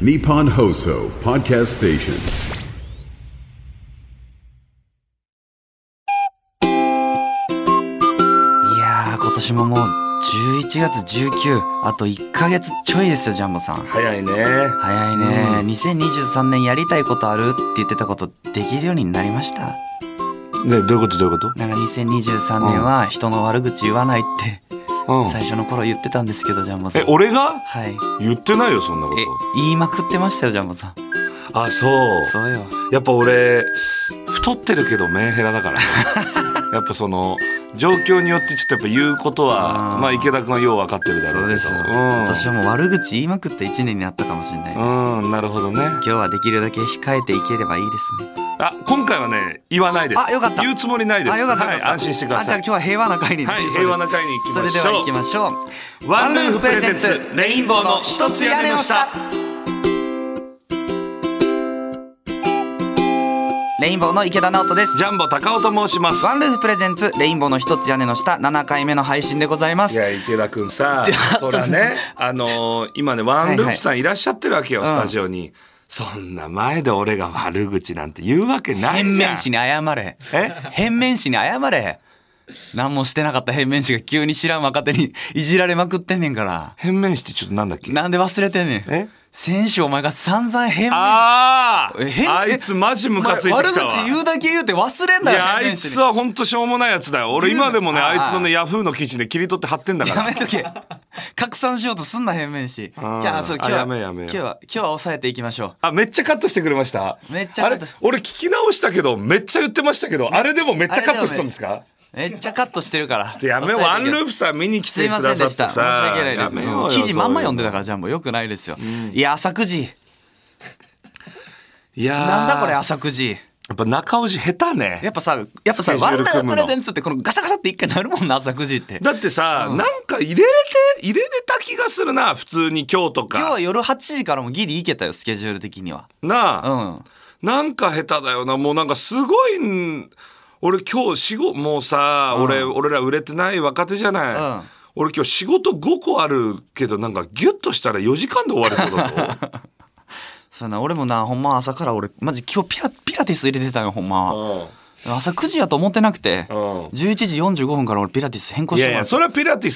Nippon Hoso Podcast Station. いやー、今年ももう11月19、あと1ヶ月ちょいですよ、ジャンボさん。早いね。早いね、2023年やりたいことあるって言ってたことできるようになりました。ね、どういうことどういうこなんか2023年は人の悪口言わないって、とうん。最初の頃言ってたんですけど、ジャンボさん。え、俺がはい。え、言ってないよ、そんなこと。言いまくってましたよ、ジャンボさん。あ、そう。そうよ。やっぱ俺、太ってるけどメンヘラだ から。やっぱその、状況によってちょっとやっぱ言うことは、あーまあ池田君はよう分かってるだろそううけでど。すよ。私はもう悪口言いまくった1年になったかもしれないです。今うん。うん、なるほどね。日はできるだけ控えていければいいですね。あ、今回はね、言わないです。あよかった言うつもりないです。あ、よかった。はよい、かった安心してくだあじゃさあい今。日は平和な会に。はいそうです平和な会に行きましょうそれでは行きましょう。ワンルーフプレゼンツ、レインボーの一つ屋根の下。レインボーの池田直人ですジャンボ高尾と申します。ワンルーフプレゼンツレインボーの一つ屋根の下7回目の配信でございまいすや池田君 さそらねあのー今ねワンループさんいらっしゃってるわけよ、いはいスタジオに、そんな前で俺が悪口なんて言うわけない変じゃん面師に謝れえ変面師に謝れ何もしてなかった変面師が急に知らん若手に いじられまくってんねんから変面師ってちょっとなんだっけなんで忘れてんねんえ選手お前が散々変面あえー変あいつマジムカついてきたわ悪口言うだけ言うて忘れんいだよやあ変い面師につはほんとしょうもないやつだよ俺今でもね言うなあいつのあーねヤフーの記事で切り取って貼ってんだかやらめとけ。拡散しようとすんな、変面し。ーじゃあ、そう、今あ日は、やめやめ今日は、今日は抑えていきましょあめっちゃカットしてくれましためっちゃカットあれ俺聞き直したけどめっちゃ言ってましたけどあれでもめっちゃカットしてたんですかう。めっちゃカットしてるから。ちょっやめようワンループさん見に来すていくまだせんでさっしてた。さ申し訳ないです。やめようもうよ記事まんま読んでそういたうのから、ジャンボ。よくないですよ。いや、朝9時。いやーなんだこれ、朝9時。やっぱ中押し下手やっねぱさ、やっぱさ、スケジュワンールルー組ムむのプレゼンツってこのガサガサって一回なるもんな、朝9時って。だってさ、なんか入れれて入れれた気がするな普通に今日と今日かは夜8時からもギリいけたよ、スケジュール的には。なうあ、ん。なんか下手だよなもうなんかすごいん俺今日仕事もうさ、俺俺ら売れてない若手じゃない、うん俺今日仕事5個あるけどなんかギュッとしたら4時間で終わりそうだ ぞそうやな、俺もな、ほんま朝から俺、マジ今日ピラ、ピラティス入れてたよ、ほんまは。朝9時やと思ってなくて、ん11時45分から俺ピラティス変更いしてやもいらやっそれはピラティ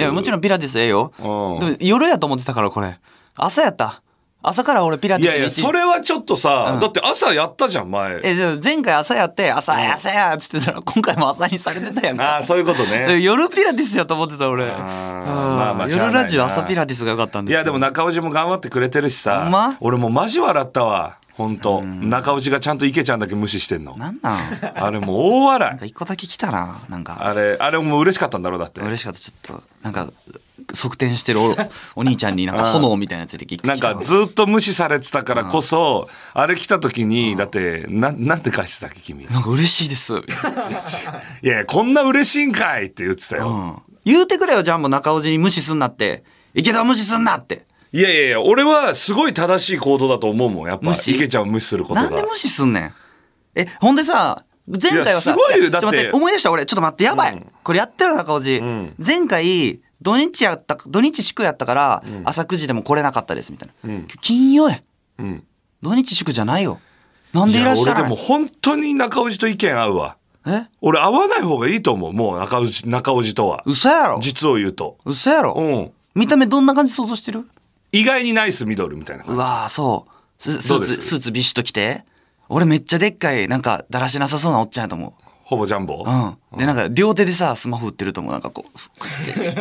いやもちろんピラティスええよ、うでんも夜やと思ってたからこれ朝やった朝から俺ピラテいィスやいや、一日それはちょっとさ、だって朝やったじゃん、前。えでも前回朝やって朝や朝やっつってたら今回も朝にされてたやんああ、かそういうことそれね。夜ピラティスやと思ってた俺まあまあうんしゃあな夜いなラジオ朝ピラティスが良かったんいですや、よでも中尾路も頑張ってくれてるしさ、ほんま俺もうマジ笑ったわ、本当中尾路がちゃんと池ちゃんだけ無視してんの。なんなんなんあれもう大笑かい。一個だけ来たななんかあれ、あれもう嬉しかったんだろう、だって。嬉しかったちょっとなんか側転して るおお兄ちゃんになんか炎みたいなやつで一回なん来たかずっと無視されてたからこそ、あれ来た時に、だって、な、なんて返してたっけ、君。いなんか嬉しいですみたいなやいや、こんな嬉しいんかいって言ってたよ。言うてくれよ、ジャンボ中尾路に無視すんなって。池田を無視すんなって。いやいやいや、俺はすごい正しい行動だと思うもん、やっぱ。無視池ちゃんを無視することなが。んで無視すんねん。え、ほんでさ、前回はさ、いやすごいよやちょっと待だって思い出した俺、ちょっと待って、やばい。これやってる中尾路、前回、土日やった、土日祝やったから、朝9時でも来れなかったです、みたいな。金曜や。土日祝じゃないよ。なんでいらっしゃや俺らでなもい本当に中尾路と意見合うわえ俺合わない方がいいと思うもう中尾路中尾路とは嘘やろ実を言うと嘘やろ、うん見た目どんな感じ想像してる意外にナイスミドルみたいなう感わあ、そう。ススどーうですツ、スーツビシッと着て。俺めっちゃでっかい、なんか、だらしなさそうなおっちゃんやと思じほぼジャンう。ボ、うん。で、なんか、両手でさ、スマホ売ってると思う。なんかこう、ふく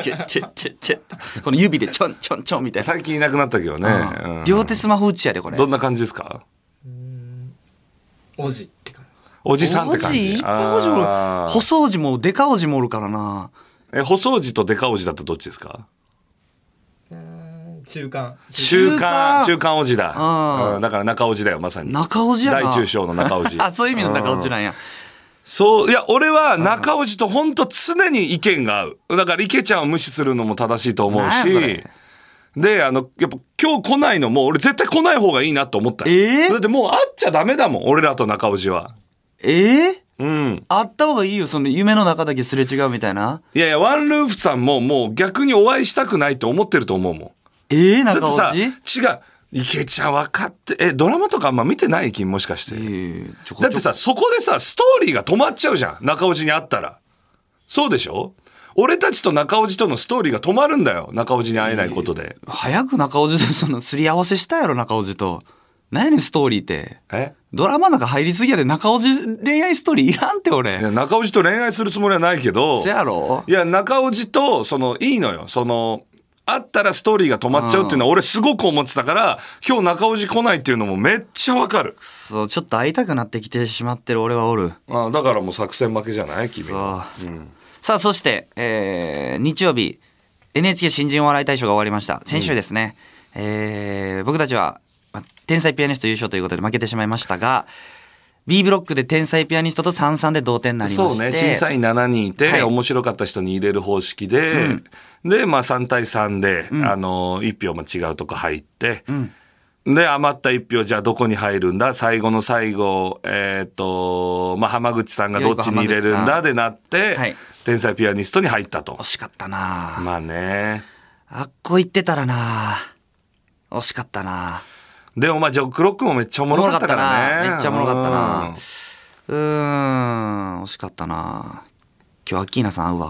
ちょちょちょちょこの指でちょんちょんちょんみたいな。最近いなくなったけどね、うん両手スマホ打ちやで、これ。どんな感じですかおじって感じおじさんってお感じいじっぱいおじおるあ。ー細おじもでかおじもおるからな。え細おじとデカおじだったらどっちですか中間中中間間中間おじだ、うんうんだから中おじだよまさに中おじやな。大中小の中お じあ、そういう意味の中おじなんや。そう、いや、俺は中尾路と本当常に意見が合う。だから池ちゃんを無視するのも正しいと思うなんやそれし、で、あの、やっぱ今日来ないのも俺絶対来ない方がいいなと思った。えーだってもう会っちゃダメだもん、俺らと中尾路は。ええうん。あった方がいいよ、その夢の中だけすれ違うみたいな。いやいや、ワンルーフさんももう逆にお会いしたくないと思ってると思うもん。ええだっ中ておさ、じ違う。池ちゃん分かって、え、ドラマとかあんま見てない金もしかして。えーちょこちょこだってさ、そこでさ、ストーリーが止まっちゃうじゃん。中尾路に会ったら。そうでしょ俺たちと中尾路とのストーリーが止まるんだよ。中尾路に会えないことで。早く中尾路でそのすり合わせしたやろ中尾路と何やねんストーリーってえドラマなんか入りすぎやで中尾路恋愛ストーリーいらんっていや俺中尾路と恋愛するつもりはないけど。せやろいや、中尾路と、その、いいのよ。その、会ったらストーリーが止まっちゃうっていうのは俺すごく思ってたから、今日中尾路来ないっていうのもめっちゃわかる。そうちょっと会いたくなってきてしまってる俺はおるあだからもう作戦負けじゃない君。そう、さあそして、えー日曜日 NHK 新人お笑い大賞が終わりました先週ですね、えー僕たちは、ま天才ピアニスト優勝ということで負けてしまいましたが B ブロックで天才ピアニストと三々で同点になりましてそうね審査員7人いて、はい面白かった人に入れる方式で、で、まあ、3対3で、あの1票も違うとこ入って、で余った1票じゃあどこに入るんだ最後の最後えっ、と、まあ、浜口さんがどっちに入れるんよい子浜口さだんでなって、はい天才ピアニストに入ったと惜。しかったなあまあねあっこ行ってたらな惜しかったなでもまあジョックロックもめっちゃおもろかったからね。めっちゃおもろかったうなんうーん惜しかったな今日アッキーナさん会うわ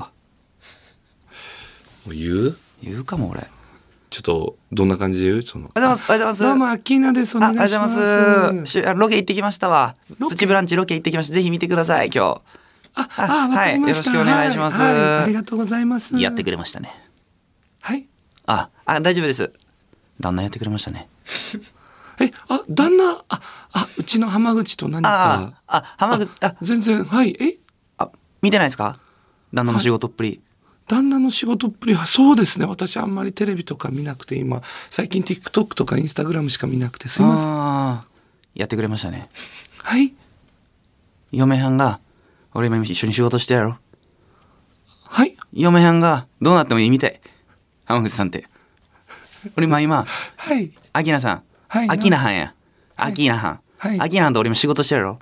もう言う言うかも俺ちょっとどんな感じで言うそのおはようございますおはようございますどうもアッキーナですおあ、あ願りいがとしうごます。ざいます。しあロケ行ってきましたわ。ロケプチブランチロケ行ってきました。ぜひ見てください、今あ、ああ、わかりました。はいよろしくお願いしますははいありがとうございます。日。やってくれましたね。はい。あ、あ、大丈夫です。旦那やってくれましたね。え、あ、旦那、あ、あ、うちの浜口と何あか。あ、あ、浜口、あ、全然、はい、え、あ、見てないですか旦那の仕事っぷり。旦那の仕事っぷりは、そうですね。私あんまりテレビとか見なくて、今、最近 TikTok とか Instagram しか見なくて、すいません。あーやってくれましたね。はい、嫁はんが、俺今一緒に仕事してるやろ。はい。嫁はんが、どうなってもいいみたい。浜口さんって。俺今今、はい。アキナさん。はいアキナはんや。アキナはん。はいアキナはんと俺今仕事してるやろ。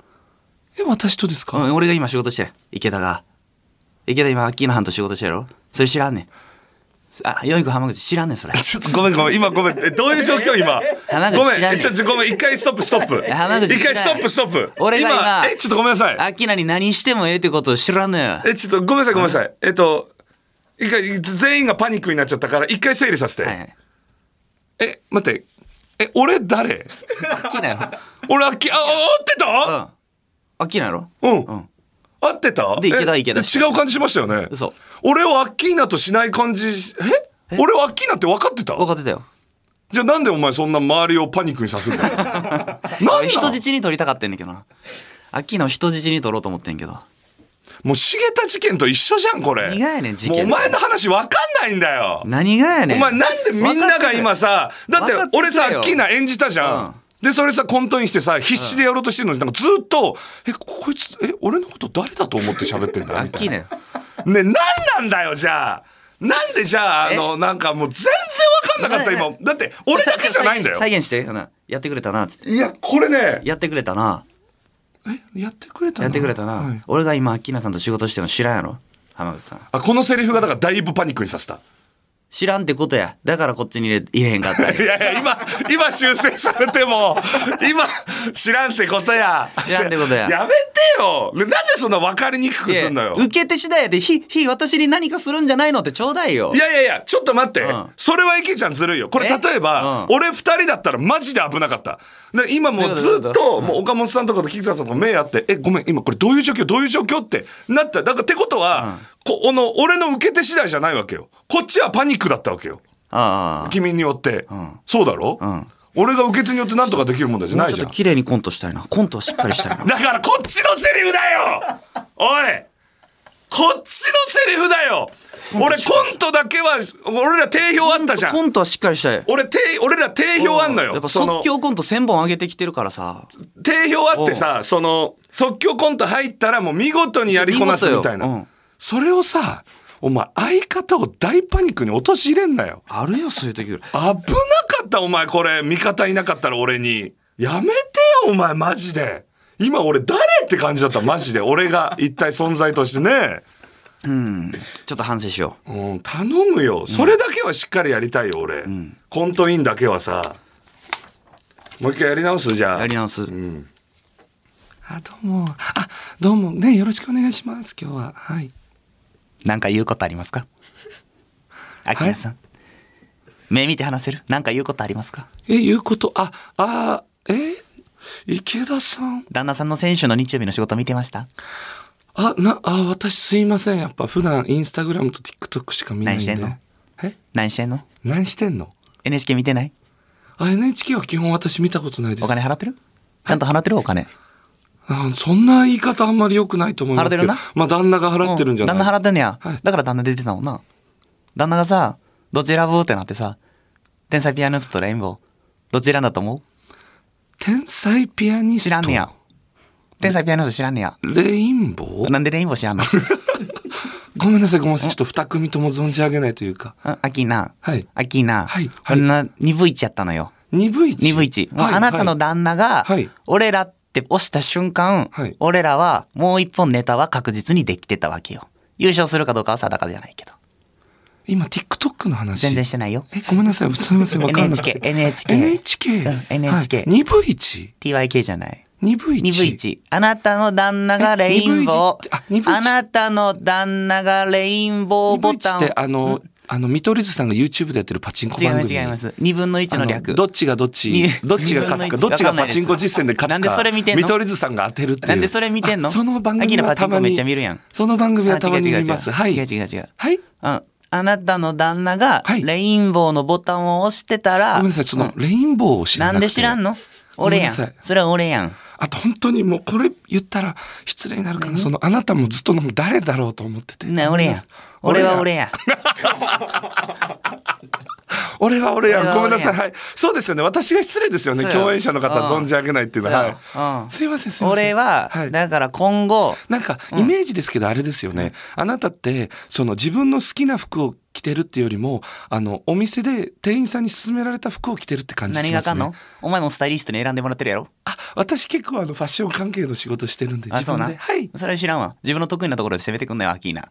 え、私とですか、うん、俺が今仕事してる。池田が。池田今、アッキーナハンと仕事してるやろそれ知らんねん。あ、よい子浜口知らんねん、それ。ちょっとごめんごめん今ごめんえどういう状況今浜口ごめ知らんんえちょっとごめん一回ストップストップ浜口一知らん回ストップストップ俺が今えちょっとごめんなさいアッキーナに何してもええってことを知らんのよ。え、ちょっとごめんなさい、ごめんなさい。えっと、一回、全員がパニックになっちゃったから、一回整理させて。はいはい。え、待って。え、俺誰 アッキーナやろ。俺、あき、あ、合ってうん。たアッキーナやろうん。うん合ってたで池田え池田え違う感じしましたよね。嘘俺をアッキーナとしない感じし、え俺をアッキーナって分かってた分かってたよ。じゃあなんでお前そんな周りをパニックに させるのなんなん人質に取りたかってんねんけどな。アッキーナを人質に取ろうと思ってんけど。もう重田事件と一緒じゃん、これ。何がやねん事件もうお前の話分かんないんだよ。何がやねん。お前なんでみんなが今さ、だって俺さ、アッキーナ演じたじゃうんん。で、それさ、コントにしてさ、必死でやろうとしてるのに、なんかずっと、え、こいつ、え、俺のこと誰だと思って喋ってんだアみッたキいーな。ナね、よ。なんなんだよ、じゃあ。なんでじゃあ、あの、なんかもう全然わかんなかった、な今。だって、俺だけじゃないんだよ。再現して。ほなやってくれたな、つって。いや、これね、やってくれたな。え、やってくれたなやってくれたな。はい俺が今、アッキーナさんと仕事してるの知らんやろ浜口さん。あ、このセリフがだからだいぶパニックにさせた。知らんってことや。だからこっちに入れ入れへんか ったんいややいや、今、今修正されても、今、知らんってことや。知らんってことややめてよ。ねなんでそんな分かりにくくすんのよいや。受け手次第やで、ひ、ひ、私に何かするんじゃないのってちょうだいよ。いやいやいや、ちょっと待って。んそれは池ちゃんずるいよ。これえ例えば、うん俺二人だったらマジで危なかった。で今もうずどういっ、うことどういうこともう岡本さんとかと菊田さんとか目あって、え、ごめん、今これどういう状況どういう状況ってなった。だからってことは、ここの、俺の受け手次第じゃないわけよ。こっちはパニックだったわけよ。ああ。君によって。そうだろ、ん俺が受け手によってなんとかできる問題じゃもなういちじょゃっんと。綺麗にコントしたいな。コントはしっかりした いな。だからこっちのセリフだよおいこっちのセリフだよ俺コントだけは、俺ら定評あったじゃコん。ントはしっかりしたい。俺定、俺ら定評あんのよ。やっぱその即興コント1000本上げてきてるからさ。定評あってさ、その、即興コント入ったらもう見事にやりこなすみたいな。見事ようんそれをさ、お前相方を大パニックに陥れんなよ。あるよ、そういう時ぐらい。危なかった、お前これ。味方いなかったら俺に。やめてよ、お前マジで。今俺誰って感じだった、マジで。俺が一体存在としてね。ちょっと反省しよう。うん、頼むよ。それだけはしっかりやりたいよ、俺。コントインだけはさ。もう一回やり直すじゃあやり直す。あどうもあどうもねよろしくお願いします今日ははいなんか言うことありますかアキラさん、目見て話せるなんか言うことありますかえいうことああえ池田さん旦那さんの選手の日曜日の仕事見てましたあなあ私すいませんやっぱ普段インスタグラムと TikTok しか見ないん何してでんのえ何してんの何してんの ?NHK 見てないあ NHK は基本私見たことないですお金払ってるちゃんと払ってるお金。あそんな言い方あんまり良くないと思いますけど払ってるなまあ旦那が払ってるんじゃない、うん旦那払ってんねや、はいだから旦那出てたもんな旦那がさどちらぶってなってさ天才ピアニストとレインボーどちらだと思う天才ピアニスト知らんねや天才ピアニスト知らんねやレインボーなんでレインボー知 らんのごめんなさいごめんなさいちょっと二組とも存じ上げないというかうんアキーナはいアキーナ、はいあんな鈍いっちゃったのよ鈍い鈍いち、もうはいあなたの旦那が、はい俺らって押した瞬間、はい俺らはもう一本ネタは確実にできてたわけよ優勝するかどうかは定かじゃないけど今 TikTok の話全然してないよえごめんなさいすみませんわかんなくて NHK NHK うん NHK はい鈍いち TYK じゃない鈍いち二分一。あなたの旦那がレインボえー二分一ってあ二。分一あなたの旦那がレインボーボタン鈍いちってあのあの見取り図さんが YouTube でやってるパチンコ違い番ま組す違います。二分の一の略。あどっちがどっちに、どっちが勝つか、二分の一どっちがパチンコ実践で勝つか、なんでそれ見てんの見取り図さんが当てるっていう。なんでそれ見てんのあその番アキ組ラはパチたンまコにめっちゃ見るやん。その番組はたまにあ違う違う違う見ます。はい。違う違う違う。はい。うん。あなたの旦那がはいレインボーのボタンを押してたら。ごめんなさい、そのう、んレインボーを知らななくてんで知らんの俺やんごめんなさい。それは俺やん。あと本当にもうこれ言ったら失礼になるかな。その、あなたもずっとなんか誰だろうと思ってて。ね俺やん。俺は俺やん。俺は俺や俺ん。はごめんなさい。俺やはい。そうですよね。私が失礼ですよね。そうよ共演者の方うん存じ上げないっていうのは。そうよはうんい。すいません、すいません。俺はは、いだから今後、なんかイメージですけどあれですよね、あなたってその自分の好きな服を着てるっていうよりもあのお店で店員さんに勧められた服を着てるって感じします何ねがあかんのお前もスタイリストに選んでもらってるやろあ私結構あのファッション関係の仕事してるんであ自そう分なではいそれは知らんわ自分の得意なところで攻めてくんなよアッキーナ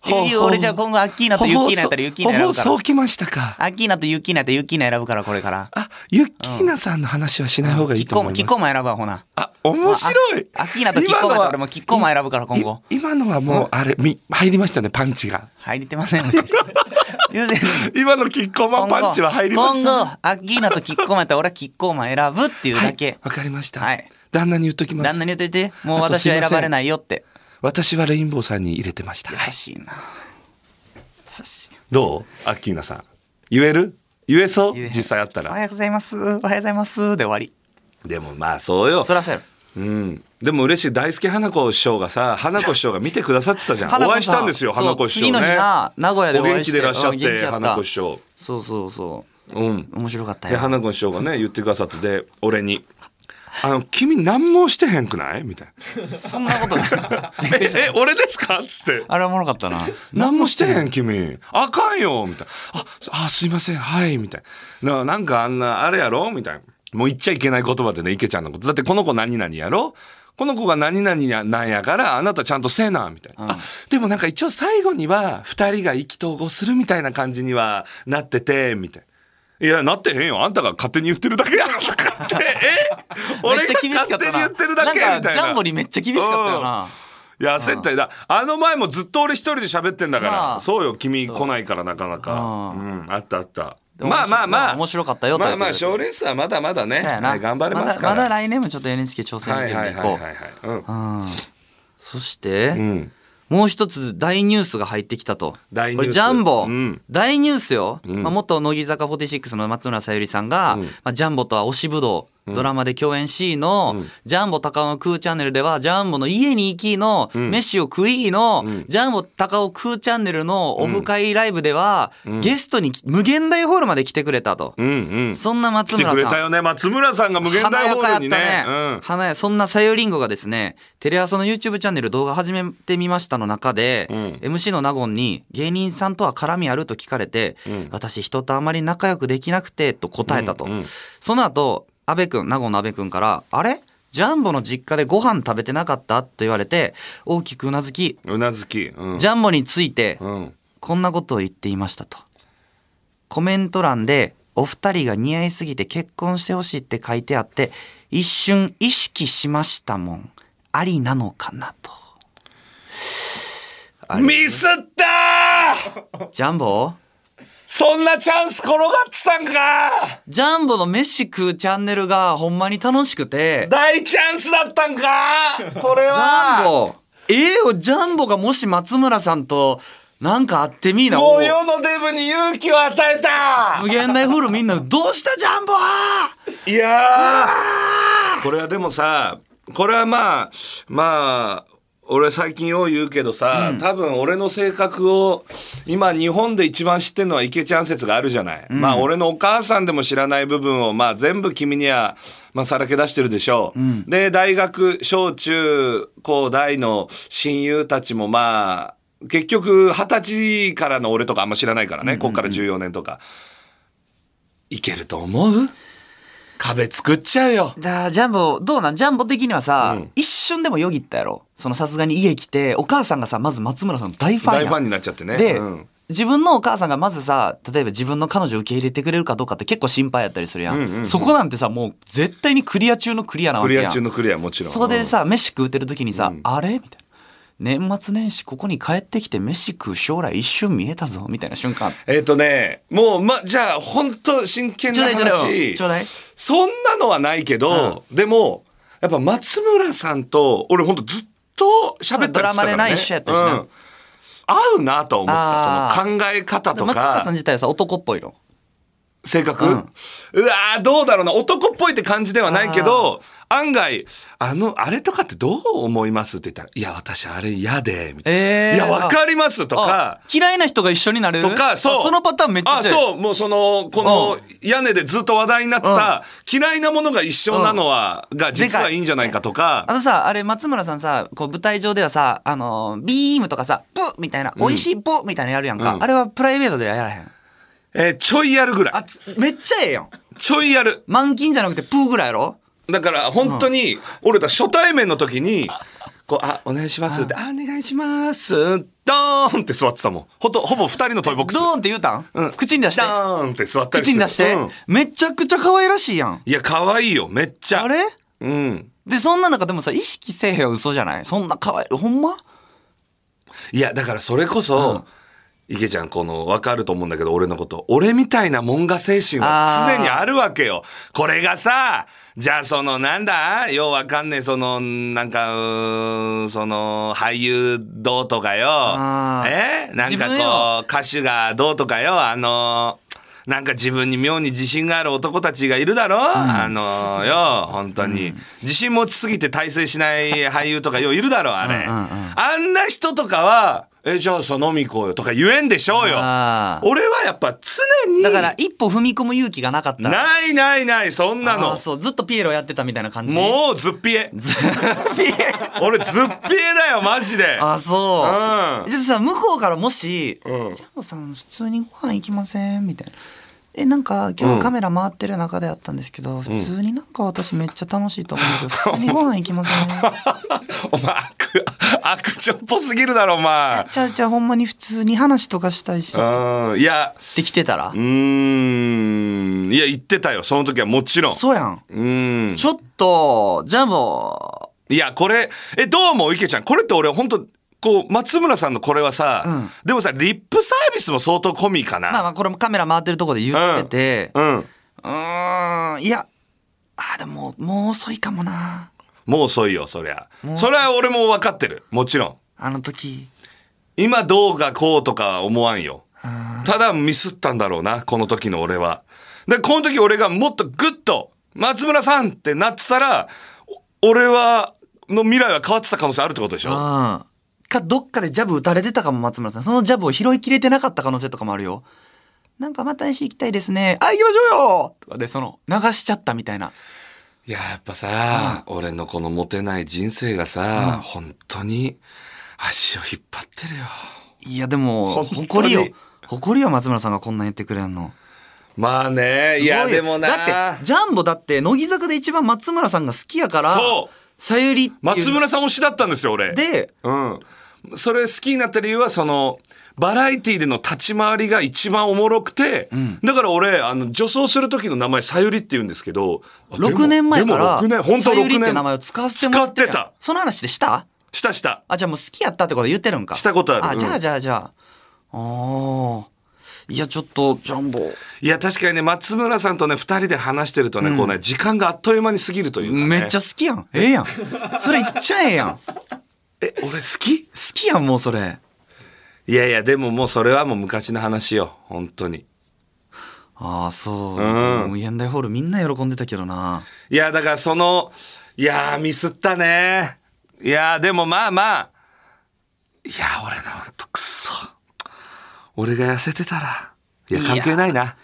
ほういいよほう俺じゃあ今後アッキーナとユッキーナやったらユッキーナ選ほほぶからそうきましたかアッキーナとユッキーナやったらユッキーナ選ぶからこれからあユッキーナさんの話はしない方がいいキッとコー思マンいキッますコーマン選ぶわほなあ面白いあアッキーナとキッコーマンやったら俺もキッコーマン選選ぶから今後今のはもうあれみ入りましたねパンチが入れてません 言うてんのに今のキッコーマンパンチは入りまし今たね後アッキーナとキッコーマンやったら俺はキッコーマン選ぶっていうだはいけ、わかりました、はい旦那に言っときます旦那に言っといてもう私は選ばれないよって私はレインボーさんに入れてました。優しいな優しいどうアッキーナさん。言える言えそう言えへん実際あったおはら。ようございますおはようございますで終わりでもまあそうよ。そらそうやろうん。でも嬉しい。大好き花子師匠がさ、花子師匠が見てくださってたじゃん。お会いしたんですよ、そう花子師匠ね。次の日な名古屋でおお会元いし気てでいらっしゃっうん元気て、やた花子師匠。そうそうそううん。面白かったで、よ花子師匠がね、言ってくださってて、俺に。あの、君何もしてへんくないみたいそんなこと ないな。え、え、俺ですかつって。あれおもろかったな何もしてへん君あかんよみたいなああすいませんはいみたいなななんかあんなあれやろみたいなもう言っちゃいけない言葉でね池ちゃんのことだってこの子何々やろこの子が何々やなんやからあなたちゃんとせえなみたいな、あでもなんか一応最後には二人が意気投合するみたいな感じにはなっててみたいないやなってへんよあんたが勝手に言ってるだ けやんとかってめえ俺っちがゃ厳しかっ勝手たにな言ってるだけみたいななんかジャンボにめっちゃ厳しかったよなうんいや接待だあの前もずっと俺一人で喋ってんだから、まあそうよ君来ないからなかなかうんあったあったもまあまあままああ面白かったよまあまあという賞レースはまだまだねそうやなはい頑張れますからまだまだ来年もちょっと NHK 挑戦はでいきはるいんでいはいこはいはい、う、うんうんそして、んもう一つ大ニュースが入ってきたと。大ニューこスれジャンボ、うん大ニュースよ。まあ、元乃木坂46の松村さゆりさんが、まあ、ジャンボとは推しぶどう、ドラマで共演しの、ジャンボ高尾の空チャンネルでは、ジャンボの家に行きの、飯を食いの、ジャンボ高尾空チャンネルのオフ会ライブでは、ゲストに無限大ホールまで来てくれたと。うんうんそんな松来て村くれさんた。よね松村さんが無限大ホールにね華やかやっうたねん華やそんなさゆりんごがですねテレ朝の YouTube チャンネル動画始めてみましたの中で、ん MC の納言に芸人さんとは絡みあると聞かれて、私人とあまり仲良くできなくてと答えたと、その後阿部君納言の阿部君からあれジャンボの実家でご飯食べてなかったと言われて大きくうなずきうなずきうんジャンボについてうんこんなことを言っていましたとコメント欄でお二人が似合いすぎて結婚してほしいって書いてあって、一瞬意識しましたもん。ありなのかなと。ミスったージャンボそんなチャンス転がってたんかジャンボの飯食うチャンネルがほんまに楽しくて、大チャンスだったんかこれジャンはボええよ、ジャンボがもし松村さんとなんかあってみーな。もう世のデブに勇気を与えた無限大フールみんな、どうしたジャンボいやーこれはでもさこれはまあまあ俺最近よう言うけどさ、多分俺の性格を今日本で一番知ってるのは池ちゃん説があるじゃない、まあ俺のお母さんでも知らない部分をまあ全部君には、まあ、さらけ出してるでしょう、で大学小中高大の親友たちもまあ結局二十歳からの俺とかあんま知らないからね、こっから14年とかいけると思う壁作っちゃうよ。だからジャンボ、どうなんジャンボ的にはさ、一瞬でもよぎったやろそのさすがに家来て、お母さんがさ、まず松村さんの大ファンやん大ファンになっちゃってね。で、うん自分のお母さんがまずさ例えば自分の彼女を受け入れてくれるかどうかって結構心配やったりするやん,、そこなんてさもう絶対にクリア中のクリアなわクけリやんア中のクリアもちろん。そこでうんさ飯食うてる時にさ、あれみたいな年末年始ここに帰ってきて飯食う将来一瞬見えたぞみたいな瞬間えっ、とね、もう、ま、じゃあ、本当真剣なちょうだい話。ちょうだいそんなのはないけど、でも、やっぱ松村さんと、俺本当ずっと喋ったりしてたから、ね。ドラマでな一緒やったしなうん合うなとは思あってーた。その考え方と松村さんか、自体はさ男っぽいの性格、ううんわーどうだろうな。男っぽいって感じではないけど、案外、あの、あれとかってどう思いますって言ったら、いや、私あれ嫌で、みたいな。えーいや、わかりますとあ、か嫌いな人が一緒になれるとか、そう。あそのパターンめっちゃあ、強いそう。もうその、この屋根でずっと話題になってた、嫌いなものが一緒なのは、が実はいいんじゃないかとあか、のさ、あれ、松村さんさ、こう舞台上ではさ、あのー、ビームとかさ、ブッみたいな、美味しいブッみたいなやるやんか。うんあれはプライベートではやらへん。えーちょいやるぐらいあ。つ、めっちゃええやん。ちょいやる。満金じゃなくてプーぐらいやろだから、本当に、俺ら初対面の時に、こう、あ、お願いしますって、あ、お願いします。ドーンって座ってたもん。ほと、ほぼ二人のトイボックス。ドーンって言うたん、うん口に出してド。ーンって座ったり口するに出して、うんめちゃくちゃ可愛らしいやん。いや、可愛いよ、めっちゃ。あれうん。で、そんな中でもさ、意識せえへんは嘘じゃないそんな可愛い、ほんまいや、だからそれこそ、池ちゃん、この、わかると思うんだけど、俺のこと。俺みたいなもんが精神は常にあるわけよ。これがさ、じゃあその、なんだようわかんねえ、その、なんか、うーんその、俳優どうとかよあ。ーえなんか自分よこう、歌手がどうとかよ。あの、なんか自分に妙に自信がある男たちがいるだろ、あのよ、本当に、自信持ちすぎて大成しない俳優とかよ、いるだろあれ。うんうんうんあんな人とかは、え、じゃあさ、飲み行こうよとか言えんでしょうよ。あー俺はやっぱ常に、だから、一歩踏み込む勇気がなかったら。ないないない、そんなあーの。そう、ずっとピエロやってたみたいな感じ。もうずっぴえ。 ピエロ。俺ずっぴえだよ、マジで。あ、そうう。んじゃあさ、向こうからもし、うんジャンボさん、普通にご飯行きませんみたいな。え、なんか、今日カメラ回ってる中であったんですけど、普通になんか私めっちゃ楽しいと思うんです よ。普通にご飯行きません お前、悪、悪女っぽすぎるだろ、お前。ちゃうちゃう、ほんまに普通に話とかしたいし。っうん、いや、て来てたらう、ーん、いや、言ってたよ、その時はもちろん。そうやん。うーん。ちょっと、ジャンボ、いや、これ、え、どう思う池ちゃん。これって俺、本当こう、松村さんのこれはさ、うんでもさ、リップサービスも相当込みかな。まあまあ、これもカメラ回ってるとこで言ってて、うん。うーん、いや、あー、でも、もう遅いかもな。もう遅いよ、そりゃ。それは俺も分かってる。もちろん。あの時。今どうがこうとかは思わんよ。ただミスったんだろうな、この時の俺は。で、この時俺がもっとグッと、松村さんってなってたら、お俺は、の未来は変わってた可能性あるってことでしょうん。か、どっかでジャブ打たれてたかも、松村さん。そのジャブを拾いきれてなかった可能性とかもあるよ。なんかまた石行きたいですね。あ、行きましょうよとかで、その、流しちゃったみたいな。いや、やっぱさ、俺のこのモテない人生がさ、本当に足を引っ張ってるよ。いや、でも、本当に誇りよ。誇りよ、松村さんがこんなん言ってくれんの。まあね、いや、すごよでもな。だって、ジャンボだって、乃木坂で一番松村さんが好きやから、そうさゆりっていう松村さん推しだったんですよ、俺。で、うん。それ好きになった理由は、その、バラエティでの立ち回りが一番おもろくて、だから俺、あの、女装する時の名前、さゆりって言うんですけど、あでも6年前かでも6年、ら、本当さゆりって6年。名前を使わせてもらってるやん使ってた。その話でしたしたした。あ、じゃあもう好きやったってこと言ってるんか。したことあるうんじゃあじゃあじゃあ。あーいや、ちょっと、ジャンボ。いや、確かにね、松村さんとね、二人で話してるとね、こうね、時間があっという間に過ぎるというか、ね。めっちゃ好きやん。ええやん。それ言っちゃええやん。好え、俺好ききやん、もうそれ。いやいや、でももうそれはもう昔の話よ。本当に。ああ、そう。うん無限大ホールみんな喜んでたけどな。いや、だからその、いやー、ミスったね。いやー、でもまあまあ。いやー、俺のほんとくっそ。俺が痩せてたら。いや、関係ないな。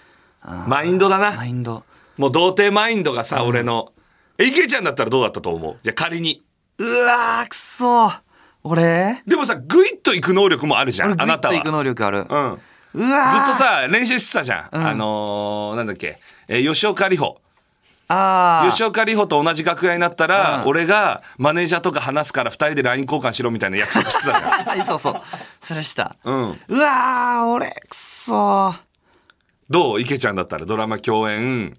マインドだマな。インド。もう童貞マインドがさ、俺の。え、池ちゃんだったらどうだったと思うじゃあ仮に。うわー、くそー。俺でもさ、グイッと行く能力もあるじゃ俺ん。グあイなッとたは。行く能力ある。ううん。わーずっとさ、練習してたじゃん。あのー、なんだっけ。えー吉岡里帆。ああ。吉岡里帆と同じ楽屋になったら、うん俺がマネージャーとか話すから二人で LINE 交換しろみたいな約束してたじゃん。 はい、そうそう。それした。うん。 うわー、俺、くそー。どう池ちゃんだったらドラマ共演。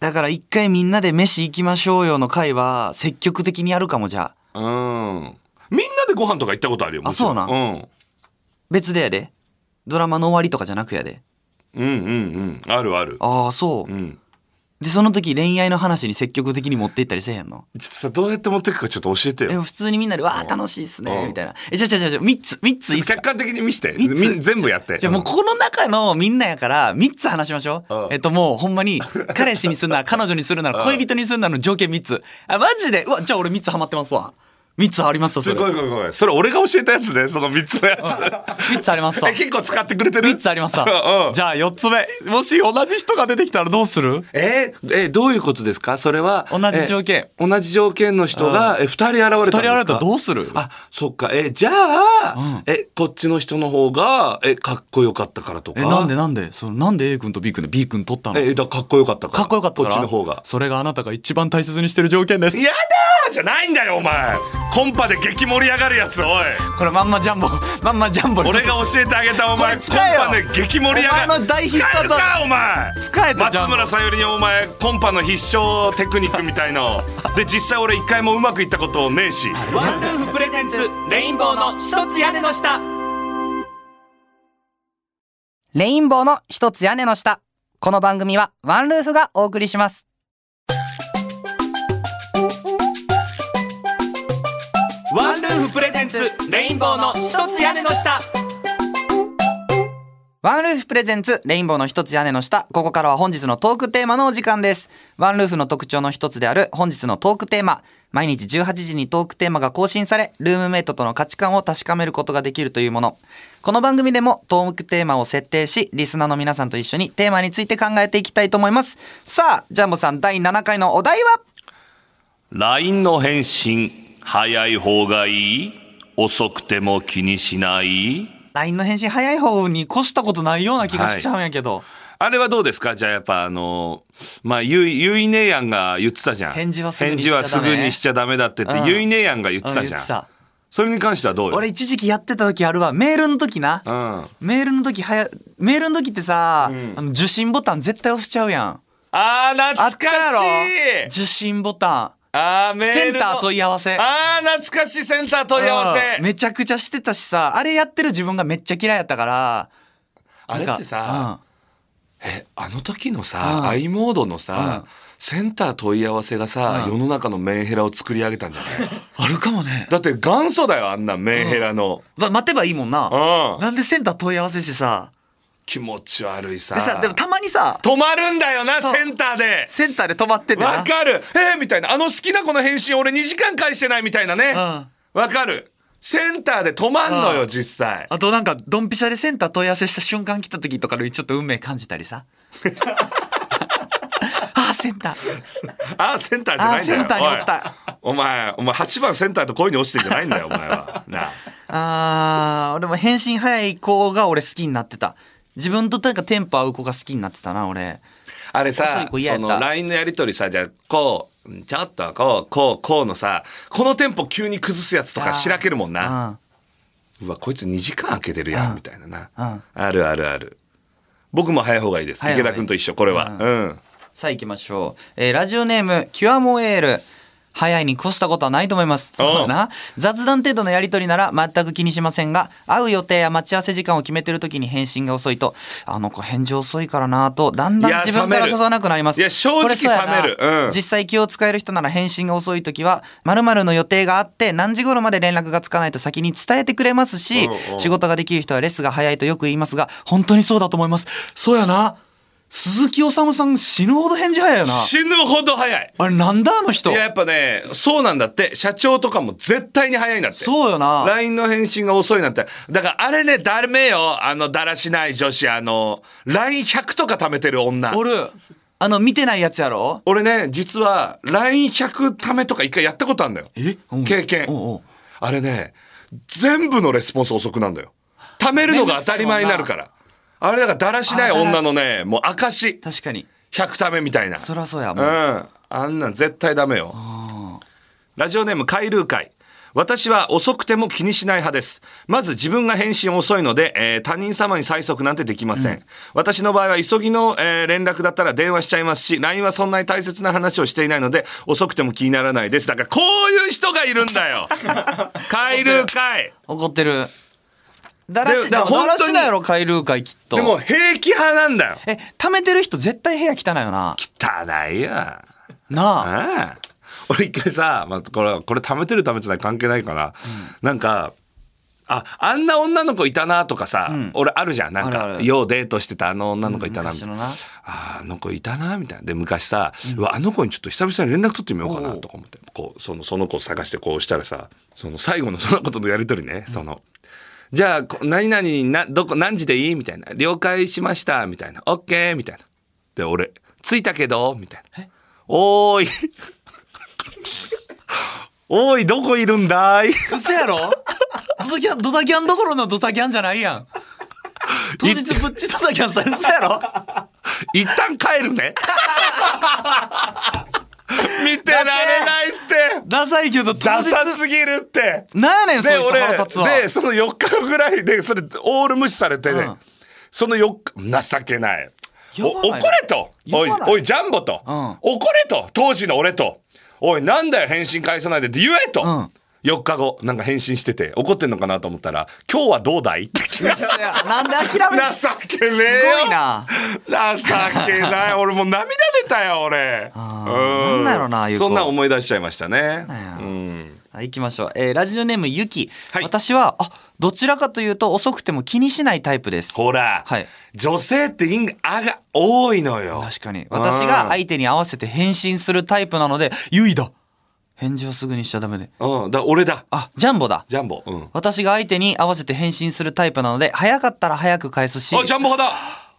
だから一回みんなで飯行きましょうよの会は積極的にやるかもじゃあ。うん。みんなでご飯とか行ったことあるよ。もちろあそううん。別でやで。ドラマの終わりとかじゃなくやで。うんうんうん。あるある。ああ、そう。うん。で、その時恋愛の話に積極的に持っていったりせえへんの。ちょっとさ、どうやって持っていくかちょっと教えてえよ。普通にみんなで、わあ、楽しいっすうんね、みたいな。え、じゃじゃじゃじゃ3つ、3ついいっすか客観的に見せて。み三つん全部やって。じゃあもうこの中のみんなやから3つ話しましょうんう。えっともうほんまに彼氏に するなら彼女にするなら恋人にするならの条件3つ。あ、マジでうわ、じゃあ俺3つハマってますわ。3つありますわ、すそれ。ごいごめんごめんそれ俺が教えたやつね、その3つのや3つありますつ。 わえ、。結構使ってくれてる3つありますわうんうん。じゃあ4つ目。もし同じ人が出てきたらどうするえーえーどういうことですかそれは。同じ条件えー同じ条件の人が、えー、二人現れたんですか二人現れたらどうするあ、そっか。えーじゃあ、え、こっちの人の方が、え、かっこよかったからとか。え、なんでなんでそのなんで A 君と B 君で B 君取ったのえーだかっこよかったから。かっこよかったかこらっちの方が。それがあなたが一番大切にしてる条件ですやだーじゃないんだよ、お前。コンパで激盛り上がるやつ、おい。これまんまジャンボ まんまジャンボ俺が教えてあげた、お前。これコ使えよンパで激盛り上がる。お前の大必殺使えるか、お前。使えたじゃ松ん村さゆりにお前コンパの必勝テクニックみたいので実際俺一回もうまくいったことねえしワンルーフプレゼンツレインボーの一つ屋根の下レインボーの一つ屋根の下この番組はワンルーフがお送りしますワンルーフプレゼンツレインボーの一つ屋根の下ワンルーフプレゼンツレインボーの一つ屋根の下ここからは本日のトークテーマのお時間ですワンルーフの特徴の一つである本日のトークテーマ毎日18時にトークテーマが更新されルームメイトとの価値観を確かめることができるというものこの番組でもトークテーマを設定しリスナーの皆さんと一緒にテーマについて考えていきたいと思いますさあジャンボさん第7回のお題は LINE の返信早い方がいい遅くても気にしない LINE の返信早い方に越したことないような気がしちゃうんやけど、あれはどうですかじゃあやっぱあのまあゆいゆいねえやんが言ってたじゃん返事はすぐに返しち事ゃダメはすぐにしちゃダメだってって、うんゆいねえやんが言ってたじゃん、うん言ってたそれに関してはどうよ俺一時期やってた時あるわメールの時な、うんメールの時はやメールの時ってさ、あの受信ボタン絶対押しちゃうやんあーあ懐ったかやろしい受信ボタあーメンーセルンのター問い合わせあー懐かしいセンター問い合わうせんめちゃくちゃしてたしさあれやってる自分がめっちゃ嫌いやったからあれなんっかてさ、えあの時のさ、うん i モードのさ、センター問い合わせがさ、世の中のメンヘラを作り上げたんじゃない うんあるかもねだって元祖だよあんなメンヘラの、ま待てばいいもんな、うんなんでセンター問い合わせしてさ気持ち悪いさでさでもたまにさ止まるんだよなそうセンターでセンターで止まってんだわかるえー、みたいなあの好きな子の返信俺2時間返してないみたいなねんわ、かるセンターで止まんのうよ、ん実際あとなんかドンピシャでセンター問い合わせした瞬間来た時とかでちょっと運命感じたりさ ああセンターあーセンターじゃないんだあーよセンターにおったおいお前お前8番センターと恋に落ちてんじゃないんだよお前はなああー、俺も返信早い子が俺好きになってた。自分となんかテンポ合う子が好きになってたな、俺。あれ細さい、子嫌やそったの LINE のやりとりさ、じゃあ、こう、んちょっと、こう、こう、こうのさ、このテンポ急に崩すやつとあかーしらけるもんうな。ん。うわ、こいつ2時間空けてるやん、みたいなな。うんあるあるある。僕も早い方がいいです。早い池方がいい田君と一緒、これは。うん。さあ行きましょう。えーラジオネーム、キュアモエール。早いに越したことはないと思います。おうそうだな。雑談程度のやりとりなら全く気にしませんが、会う予定や待ち合わせ時間を決めてる時に返信が遅いと、あの子返事遅いからなと、だんだいやん自分から冷める誘わなくなります。いや正直これそうやな冷めるうん実際気を使える人なら返信が遅い時は、〇〇の予定があって何時頃まで連絡がつかないと先に伝えてくれますしおうお、う仕事ができる人はレスが早いとよく言いますが、本当にそうだと思います。そうやな。鈴木おさむさん死ぬほど返事早いよな。死ぬほど早い。あれなんだあの人いや、やっぱね、そうなんだって。社長とかも絶対に早いんだって。そうよな LINE の返信が遅いなんて。だから、あれね、ダメよ。あの、だらしない女子、あの、LINE100 とか貯めてる女。おるあの見てないやつやろ俺ね、実は、LINE100 貯めとか一回やったことあるんだよ。えうん経験おうおう。あれね、全部のレスポンス遅くなんだよ。貯めるのが当たり前になるから。あれだから、だらしない女のね、もう証。確かに100貯めみたいな。そりゃそうやうもう、ん。あんなん絶対ダメよ。ラジオネーム、海流会。私は遅くても気にしない派です。まず自分が返信遅いので、えー他人様に催促なんてできません。私の場合は急ぎの、えー連絡だったら電話しちゃいますし、LINE はそんなに大切な話をしていないので、遅くても気にならないです。だからこういう人がいるん だよ海流会怒ってるだらしでだだから本だ当らにしだやろ海流会きっとでも平気派なんだよえ貯めてる人絶対部屋汚いよな汚いよなあああ 俺一回さ、まあ、これ、これ貯めてる貯めてない関係ないかな。なんか、あ、あんな女の子いたなとかさ、俺あるじゃん。なんあるあか、るようデートしてたあの女の子いたなみ昔たいのな。なあーあの子いたなみたいなで昔さ、うわあの子にちょっと久々に連絡取ってみようかなとか思ってこうそのその子を探してこうしたらさその最後のその子とのやり取りね、そのじゃあこ何々などこ何時でいいみたいな了解しましたみたいなオッケーみたいなで俺着いたけどみたいなお ーいおーいどこいるんだい嘘やろドタキャンドタキャンどころのドタキャンじゃないやん当日ぶっちドタキャンされそうやろ一旦帰る ね見てられないってダサいけど当ダ日サすぎるって。なんやねんそいで、つ俺、腹立つわで、その4日後ぐらいで、それ、オール無視されてね、うんその4日、情けない。お呼ばない怒れと。おい呼ば、ないおい、ジャンボと、うん怒れと。当時の俺と。おい、なんだよ、返信返さないでって言えと。ん4日後、なんか返信してて、怒ってんのかなと思ったら、今日はど うだいって来まし嘘やなんで諦めるた。情けねえよ。すごいな。 情けない。俺もう涙出たよ、俺。ーなんだろうなゆうこそんなん思い出しちゃいましたね。なんやうん。はい、行きましょう。えーラジオネームゆき、はい私は、あ、どちらかというと遅くても気にしないタイプです。ほら、はい女性って因果あが多いのよ。確かに。私が相手に合わせて返信するタイプなので、ゆいだ返事をすぐにしちゃダメで。うん、だ俺だ。あ、ジャンボだジャンボ。うん。私が相手に合わせて返信するタイプなので、早かったら早く返すし、おジャンボ派だ。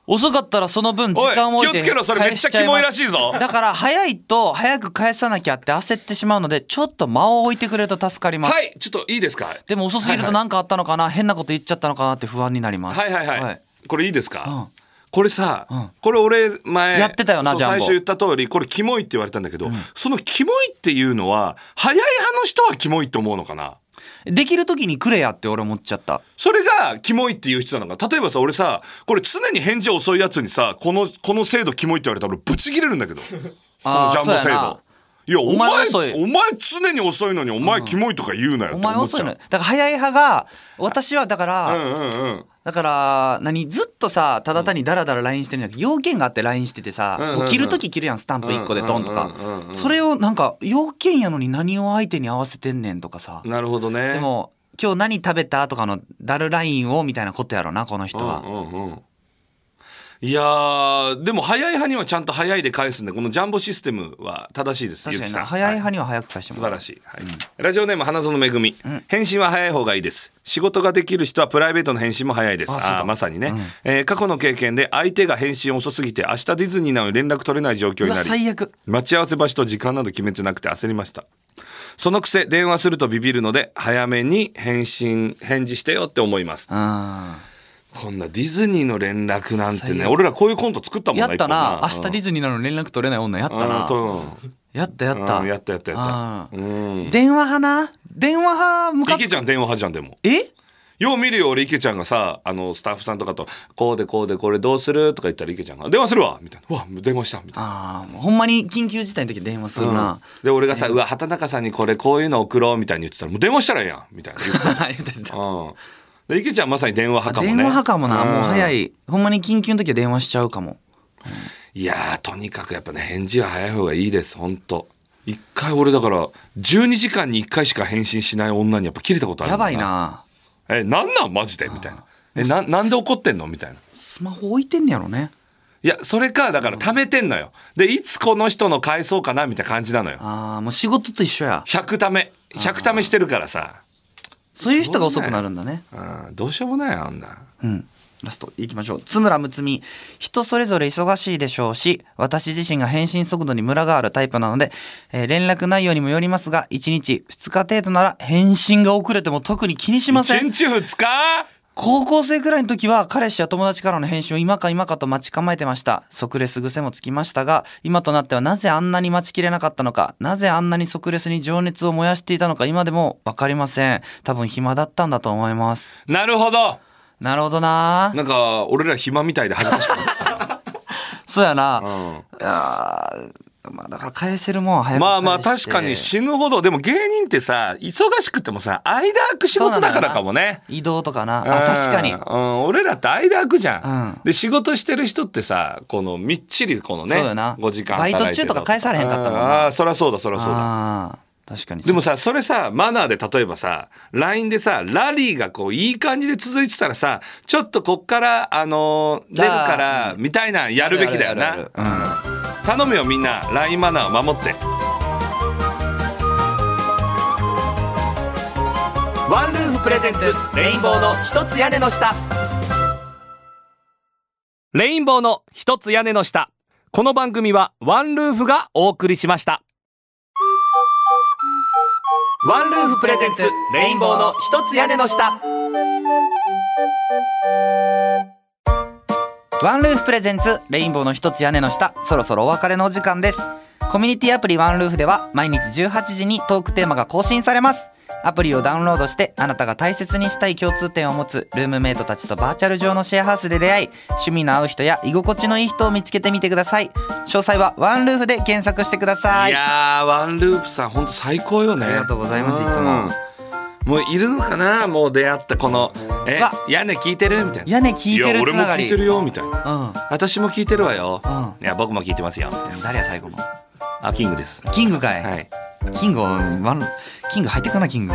遅かったらその分時間を置いておい気をつけろそれめっちゃキモいらしいぞ返ちゃますだから、早いと早く返さなきゃって焦ってしまうので、ちょっと間を置いてくれると助かります。はい、ちょっといいですか。でも遅すぎると何かあったのかな、変なこと言っちゃったのかなって不安になります。はいはいはい。これいいですか。うこれさ、んこれ俺前やってたよなそうジャンボ最初言った通りこれキモいって言われたんだけど、そのキモいっていうのは早い派の人はキモいと思うのかなできる時にくれやって俺思っちゃった。それがキモいっていう人なのか例えばさ俺さこれ常に返事遅いやつにさこのこの制度キモいって言われたら俺ブチギレる んだけどこのジあーャンボそう制や度ないやおお前前遅いお前常に遅いのにお前キモいとか言うなよおって前思っち遅ゃ、いうの。だから早い派が、私はだから、うんうんうんだから、何、ずっとさ、ただ単にダラダラ LINE してるんじゃなくて、要件があって LINE しててさ、んうんうんもう切るとき切るやん、スタンプ1個でドンとかうんうんうんう。んそれをなんか、要件やのに何を相手に合わせてんねんとかさ。なるほどねでも、今日何食べたとかのダル LINE をみたいなことやろな、この人は。うんうんうんいやーでも早い派にはちゃんと早いで返すんでこのジャンボシステムは正しいです確ゆかきにさんな、早いは派には早く返して素もら晴う。らしい、はいラジオネーム花園めぐみ、返信は早い方がいいです仕事ができる人はプライベートの返信も早いですあそうだあーまさにね、えー過去の経験で相手が返信遅すぎて明日ディズニーなのに連絡取れない状況うにわ、なり最悪。待ち合わせ場所と時間など決めてなくて焦りましたそのくせ電話するとビビるので早めに返信返事してよって思いますうん。こんなディズニーの連絡なんて最ね悪俺らこういうコント作ったもんやったな。明一日本ディズニーなのに連絡取れない女やったうんな。とやったやっうた。んやったやったやったうん電話派な電話派ムうんカいつけちゃん電話派じゃんでもえよう見るよ、俺、池ちゃんがさ、あの、スタッフさんとかと、こうでこうでこれどうするとか言ったら池ちゃんが、電話するわみたいな。うわ、電話したみたいな。ああ、もうほんまに緊急事態の時に電話するな。で、俺がさ、うわ、畑中さんにこれこういうの送ろうみたいに言ってたら、もう電話したらええやんみたい な言ってたじ言ってたゃん。うん。で、池ちゃんまさに電話派かもね。電話派かもな、もう早い。い。ほんまに緊急の時は電話しちゃうかも。いやー、とにかくやっぱね、返事は早い方がいいです、ほんと。一回俺だから、12時間に一回しか返信しない女にやっぱ切れたことあるやもんばい。な。え、なんなんマジでみたいな。え、な、なんで怒ってんのみたいな。スマホ置いてんねやろね。いや、それか、だから貯めてんのよ。で、いつこの人の返そうかなみたいな感じなのよ。ああ、もう仕事と一緒や。 100ため。100ためしてるからさ。そういう人が遅くなるんだね。うん、どうしようもないよあんな。うん。ラスト行きましょう。つむらむつみ。人それぞれ忙しいでしょうし、私自身が返信速度にムラがあるタイプなので、えー連絡内容にもよりますが、1日2日程度なら返信が遅れても特に気にしませ1ん。日2日高校生くらいの時は彼氏や友達からの返信を今か今かと待ち構えてました。即レス癖もつきましたが、今となってはなぜあんなに待ちきれなかったのか、なぜあんなに即レスに情熱を燃やしていたのか今でもわかりません。多分暇だったんだと思います。なるほど。なるほどななんか、俺ら暇みたいで恥ずか しくなった。そうやな。んあーまあだから返せるもんは早くまあまあ返し確てかに死ぬほど、でも芸人ってさ、忙しくてもさ、間空く仕事だからかもね。移動とかな。あ、確かにう。ん、俺らって間空くじゃん。うんで、仕事してる人ってさ、このみっちりこのね、そうよな5時間バイト働いてる中とか返されへんかったもんなうああ、そらそうだ、そらそうだ。あー確かに。でも、さ、それさ、マナーで例えばさ、LINE でさ、ラリーがこう、いい感じで続いてたらさ、ちょっとこっから、あのー出るから、みたいな、やるべきだよあるあなる。あるうん頼むよ、みんな、LINE マナーを守って。ワンルーフプレゼンツレインボーの一つ屋根の下レインボーの一つ屋根の下。この番組はワンルーフがお送りしました。ワンルーフプレゼンツレインボーの一つ屋根の下ワンルーフプレゼンツレインボーの一つ屋根の下そろそろお別れのお時間ですコミュニティアプリワンルーフでは毎日18時にトークテーマが更新されますアプリをダウンロードしてあなたが大切にしたい共通点を持つルームメイトたちとバーチャル上のシェアハウスで出会い趣味の合う人や居心地のいい人を見つけてみてください詳細はワンルーフで検索してくださいいやー、ワンループさん、ほんと最高よね。ありがとうございますいつもうん。もういるのかなもう出会ったこの、えうわ、屋根聞いてるみたいな。屋根聞いてやる俺つもなが聞りいてるよ、みたいな。うん私も聞いてるわよ。ういや、僕も聞いてますよ。誰や最後のあ、キングです。キングかい、はい。キングをワンキング入ってくなキ ング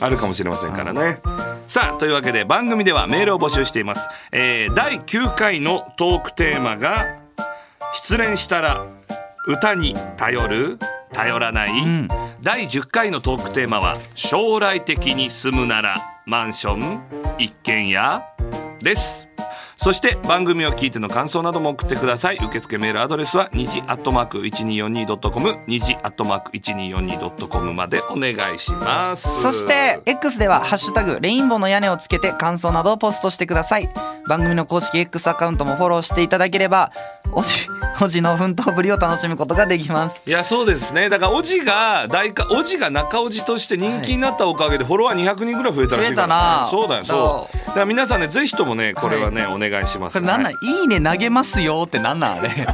あるかもしれませんからね。さあというわけで番組ではメールを募集しています。えー第9回のトークテーマが「失恋したら歌に頼る頼らない」ん第10回のトークテーマは「将来的に住むならマンション一軒家」です。そして番組を聞いての感想なども送ってください受付メールアドレスは2時アットマーク 1242.com 2時アットマーク 1242.com までお願いしますそして、X では、ハッシュタグ、レインボーの屋根をつけて感想などをポストしてください。番組の公式 X アカウントもフォローしていただければ、おじ、 おじの奮闘ぶりを楽しむことができます。いやそうですねだからおじが大かおじが中おじとして人気になったおかげでフォロワー200人ぐらい増えたらしいから、増ね、そえうただなよそうだから皆さんねぜひともねこれはね、お願いしますこれなんなん、、はいいね投げますよってなんなんあれ。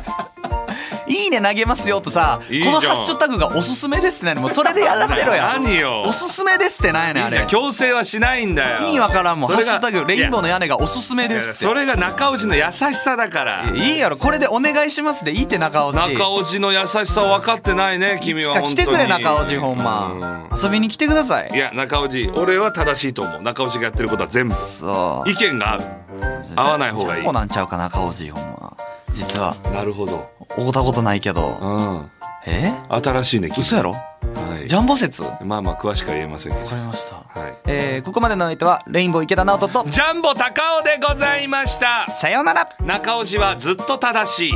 いいね投げますよとさいいじこゃんのハッシュタグがおすすめですってなにもうそれでやらせろや。何よおすすめですってなんやねんいあいじゃれん。強制はしないんだよ意味わからんもん。ハそッれシュがタグ、レインボーのい屋根がおすすめでやいすやって。それが中おじの優しさだからいやいいやろ、これでお願いしますでいいって中尾さん。中おじの優しさを分かってないね君いつはか来てくれ本当に中尾じほんま遊びに来てくださうんいいや中おじ俺は正しいと思う中おじがやってることは全部そう意見が合う合わない方がいいそうなんちゃうか中尾じほんま実はなるほど会うたことないけどうんえ新しいね君嘘やろはいジャンボ説わかまあまあ詳しくは言えませんけどりましたはいえーここまでのお相手はレインボー池田直人とジャンボ高尾でございましたさようなら中尾氏はずっと正しい